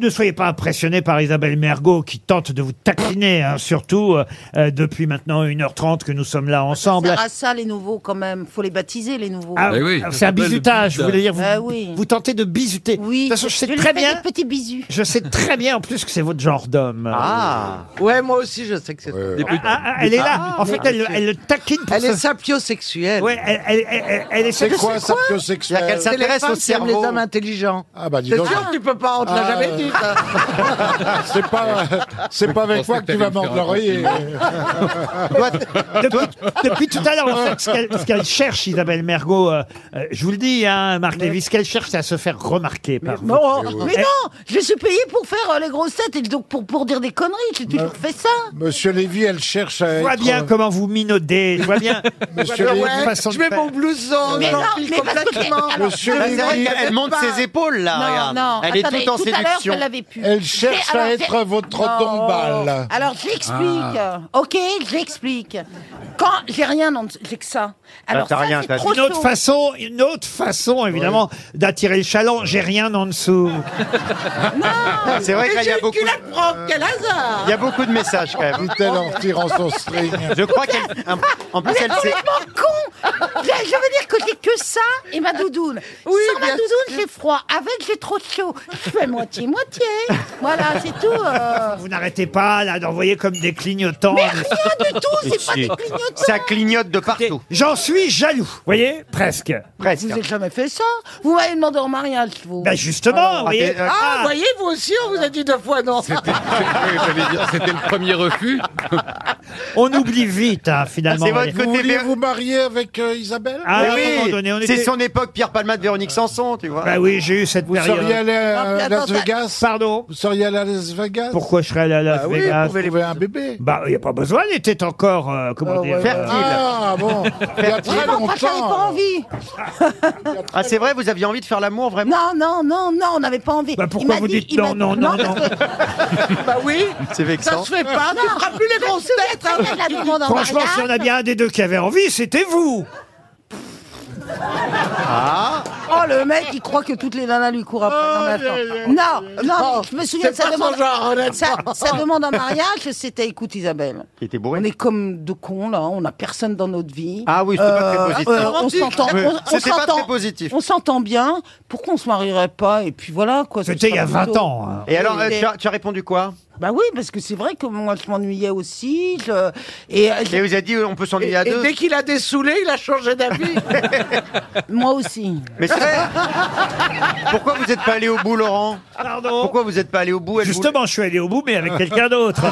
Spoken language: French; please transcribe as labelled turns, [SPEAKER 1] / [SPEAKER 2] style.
[SPEAKER 1] Ne soyez pas impressionné par Isabelle Mergot qui tente de vous taquiner, hein, surtout euh, euh, depuis maintenant 1h30 que nous sommes là ensemble.
[SPEAKER 2] Ça sert à ça, les nouveaux, quand même. Faut les baptiser, les nouveaux.
[SPEAKER 1] Ah,
[SPEAKER 3] Eh oui.
[SPEAKER 1] C'est un
[SPEAKER 3] Ça s'appelle le
[SPEAKER 1] bizutage, vous voulez dire, vous,
[SPEAKER 2] Ah oui.
[SPEAKER 1] vous tentez de bizuter.
[SPEAKER 2] oui,
[SPEAKER 1] de toute façon, je sais
[SPEAKER 2] lui
[SPEAKER 1] très
[SPEAKER 2] fais
[SPEAKER 1] bien,
[SPEAKER 2] des petits bisous.
[SPEAKER 1] je sais très bien en plus que c'est votre genre d'homme.
[SPEAKER 4] Ah Ouais, moi aussi, je sais que c'est...
[SPEAKER 5] Euh,
[SPEAKER 3] Des
[SPEAKER 1] Ah,
[SPEAKER 3] petits-
[SPEAKER 1] ah, elle est là, en fait, elle, elle le taquine pour
[SPEAKER 4] Elle
[SPEAKER 1] ça.
[SPEAKER 4] est sapiosexuelle. Euh,
[SPEAKER 1] Ouais, elle, elle- elle- elle- elle est
[SPEAKER 5] C'est quoi ça
[SPEAKER 4] Il y a
[SPEAKER 5] sexuel
[SPEAKER 4] qu'elle s'intéresse aux femmes qui aiment les hommes intelligents.
[SPEAKER 5] Ah bah dis
[SPEAKER 4] C'est
[SPEAKER 5] donc,
[SPEAKER 4] sûr que tu peux pas, on te l'a
[SPEAKER 5] Ah,
[SPEAKER 4] jamais
[SPEAKER 5] euh,
[SPEAKER 4] dit. ça.
[SPEAKER 5] c'est pas, c'est pas avec moi que tu vas m'endormir.
[SPEAKER 1] depuis, depuis tout à l'heure, en fait, ce qu'elle- ce qu'elle cherche, Isabelle Mergot, euh, euh, je vous le dis, hein, Marc Lévy, ce qu'elle cherche, c'est à se faire remarquer par vous.
[SPEAKER 2] Non,
[SPEAKER 5] oui.
[SPEAKER 2] oh. mais non, je suis payé pour faire euh, les grosses têtes et donc pour, pour dire des conneries. J'ai toujours
[SPEAKER 6] Bah.
[SPEAKER 2] fait ça.
[SPEAKER 5] Monsieur Lévy, elle cherche à
[SPEAKER 1] Je vois
[SPEAKER 5] être- euh,
[SPEAKER 1] bien comment vous minaudez, je vois bien.
[SPEAKER 5] Monsieur
[SPEAKER 1] Ouais,
[SPEAKER 5] Lévy,
[SPEAKER 1] une façon
[SPEAKER 4] je
[SPEAKER 1] de
[SPEAKER 4] mets
[SPEAKER 1] faire.
[SPEAKER 4] mon blouson,
[SPEAKER 2] Mais non,
[SPEAKER 4] j'enfile
[SPEAKER 2] mais parce que- Ah,
[SPEAKER 4] complètement.
[SPEAKER 2] alors,
[SPEAKER 5] Monsieur
[SPEAKER 4] Bah, c'est vrai
[SPEAKER 5] Lévy,
[SPEAKER 4] qu'elle
[SPEAKER 6] Elle
[SPEAKER 4] aime
[SPEAKER 6] monte
[SPEAKER 4] pas.
[SPEAKER 6] ses épaules là, Ah, regarde.
[SPEAKER 2] non, non. attendez,
[SPEAKER 6] elle est toute en
[SPEAKER 2] tout à l'heure, je
[SPEAKER 6] séduction.
[SPEAKER 2] l'avais pu.
[SPEAKER 5] elle cherche
[SPEAKER 2] C'est- alors,
[SPEAKER 5] à
[SPEAKER 2] c'est-
[SPEAKER 5] être votre trotton de balle.
[SPEAKER 2] Alors, j'explique.
[SPEAKER 6] Ah.
[SPEAKER 2] Ok, j'explique. Quand j'ai rien, en dessous, j'ai que ça. Alors,
[SPEAKER 6] Ah, t'as
[SPEAKER 2] ça,
[SPEAKER 6] rien,
[SPEAKER 2] c'est
[SPEAKER 6] t'as-
[SPEAKER 2] trop
[SPEAKER 1] Une autre
[SPEAKER 2] chaud.
[SPEAKER 1] façon, une autre façon, évidemment, d'attirer le chaland. J'ai rien en dessous.
[SPEAKER 6] C'est vrai
[SPEAKER 4] Mais
[SPEAKER 6] qu'il y
[SPEAKER 4] j'ai
[SPEAKER 6] a
[SPEAKER 4] une
[SPEAKER 6] beaucoup,
[SPEAKER 4] culotte propre, quel hasard
[SPEAKER 6] il y a beaucoup de messages quand même.
[SPEAKER 5] Dit-elle
[SPEAKER 4] oh.
[SPEAKER 5] en tirant son string.
[SPEAKER 6] Je crois qu'elle, en plus
[SPEAKER 2] Ah,
[SPEAKER 6] elle sait.
[SPEAKER 2] complètement con Je je veux dire que j'ai que ça et ma doudoune. Sans ma
[SPEAKER 4] bien
[SPEAKER 2] doudoune, j'ai froid. Avec, j'ai trop chaud. Je fais moitié-moitié. Voilà, c'est tout. euh.
[SPEAKER 1] Vous n'arrêtez pas, là, d'envoyer comme des clignotants.
[SPEAKER 2] Rien du tout, c'est pas des clignotants.
[SPEAKER 6] Ça clignote de partout,
[SPEAKER 1] J'en suis jaloux. Vous voyez Presque.
[SPEAKER 6] presque.
[SPEAKER 2] Vous n'avez jamais fait ça Vous m'avez demandé en mariage, vous.
[SPEAKER 1] Ben, justement, vous voyez.
[SPEAKER 6] raté, euh,
[SPEAKER 4] Ah,
[SPEAKER 1] Ah,
[SPEAKER 4] voyez, vous aussi, on vous a dit deux fois non.
[SPEAKER 3] C'était le premier refus.
[SPEAKER 1] on oublie vite, hein, finalement.
[SPEAKER 6] C'est
[SPEAKER 1] vous
[SPEAKER 6] votre
[SPEAKER 1] voyez.
[SPEAKER 5] Vous
[SPEAKER 6] côté
[SPEAKER 5] vouliez
[SPEAKER 6] ver-
[SPEAKER 5] vous marier avec euh, Isabelle
[SPEAKER 1] Ah,
[SPEAKER 6] Mais
[SPEAKER 1] à un moment
[SPEAKER 6] oui,
[SPEAKER 1] donné, on était-
[SPEAKER 6] c'est son époque Pierre Palmade, Véronique Sanson, tu
[SPEAKER 2] Bah
[SPEAKER 6] vois.
[SPEAKER 1] Ben oui, j'ai eu cette
[SPEAKER 5] Vous
[SPEAKER 1] période.
[SPEAKER 5] seriez allé
[SPEAKER 4] Non, mais
[SPEAKER 5] à Las
[SPEAKER 4] attends, ça-
[SPEAKER 5] Vegas
[SPEAKER 1] Pardon
[SPEAKER 5] Vous seriez allé à Las Vegas
[SPEAKER 1] Pourquoi je serais allé à Las
[SPEAKER 5] Ah oui,
[SPEAKER 1] Vegas
[SPEAKER 5] vous pouvez trouver un bébé.
[SPEAKER 1] Bah, il n'y a pas besoin, elle était encore, euh, comment dire...
[SPEAKER 6] fertile.
[SPEAKER 1] euh,
[SPEAKER 5] Ah bon, il y a très
[SPEAKER 2] Non, moi, j'avais pas
[SPEAKER 5] longtemps.
[SPEAKER 2] envie.
[SPEAKER 6] Ah c'est vrai, vous aviez envie de faire l'amour vraiment.
[SPEAKER 2] Non, non, non, non, on n'avait pas envie.
[SPEAKER 1] Bah, pourquoi
[SPEAKER 2] Il m'a
[SPEAKER 1] vous
[SPEAKER 2] dit-
[SPEAKER 1] dites
[SPEAKER 2] il m'a-
[SPEAKER 1] non, non, non,
[SPEAKER 2] parce
[SPEAKER 1] non.
[SPEAKER 2] que-
[SPEAKER 4] bah oui,
[SPEAKER 6] C'est
[SPEAKER 4] ça
[SPEAKER 6] vexant.
[SPEAKER 4] se fait pas, tu feras plus les grosses têtes. hein.
[SPEAKER 2] Elle la demande en
[SPEAKER 1] Franchement, si on a bien un des deux qui avait envie, c'était vous
[SPEAKER 2] Oh, le mec, il croit que toutes les nanas lui courent après. Non,
[SPEAKER 6] Oh,
[SPEAKER 2] mais attends. Non, non, mais je me souviens,
[SPEAKER 4] Oh, C'est
[SPEAKER 2] ça
[SPEAKER 4] pas
[SPEAKER 2] demande,
[SPEAKER 4] son genre,
[SPEAKER 2] ça,
[SPEAKER 4] honnêtement.
[SPEAKER 2] ça demande un mariage, c'était écoute Isabelle.
[SPEAKER 6] Il était
[SPEAKER 2] On
[SPEAKER 6] bourré.
[SPEAKER 2] est comme deux cons, là, on n'a personne dans notre vie. Euh,
[SPEAKER 6] Ah oui, c'était pas très positif.
[SPEAKER 2] on s'entend,
[SPEAKER 6] Oui,
[SPEAKER 2] on- on
[SPEAKER 6] c'était pas
[SPEAKER 2] s'entend-
[SPEAKER 6] très positif.
[SPEAKER 2] On s'entend bien, pourquoi on se marierait pas Et puis voilà, quoi. ce
[SPEAKER 1] C'était il y
[SPEAKER 2] sera
[SPEAKER 1] a 20
[SPEAKER 2] plutôt-
[SPEAKER 1] ans. hein.
[SPEAKER 6] Et alors, euh,
[SPEAKER 2] Mais-
[SPEAKER 6] tu as, tu as répondu quoi
[SPEAKER 2] Bah oui, parce que c'est vrai que moi, je m'ennuyais aussi. je- Et, euh,
[SPEAKER 6] Et vous avez dit on peut
[SPEAKER 4] Et,
[SPEAKER 6] s'ennuyer à
[SPEAKER 4] et
[SPEAKER 6] deux.
[SPEAKER 4] dès qu'il a dessoulé, il a changé d'avis.
[SPEAKER 2] moi aussi.
[SPEAKER 6] Mais c'est vrai. Pourquoi vous n'êtes pas allé au bout, Laurent
[SPEAKER 1] Pardon
[SPEAKER 2] Oh.
[SPEAKER 6] Pourquoi vous n'êtes pas allé au bout elle voulait-
[SPEAKER 1] Justement, je suis allé au bout, mais avec quelqu'un d'autre.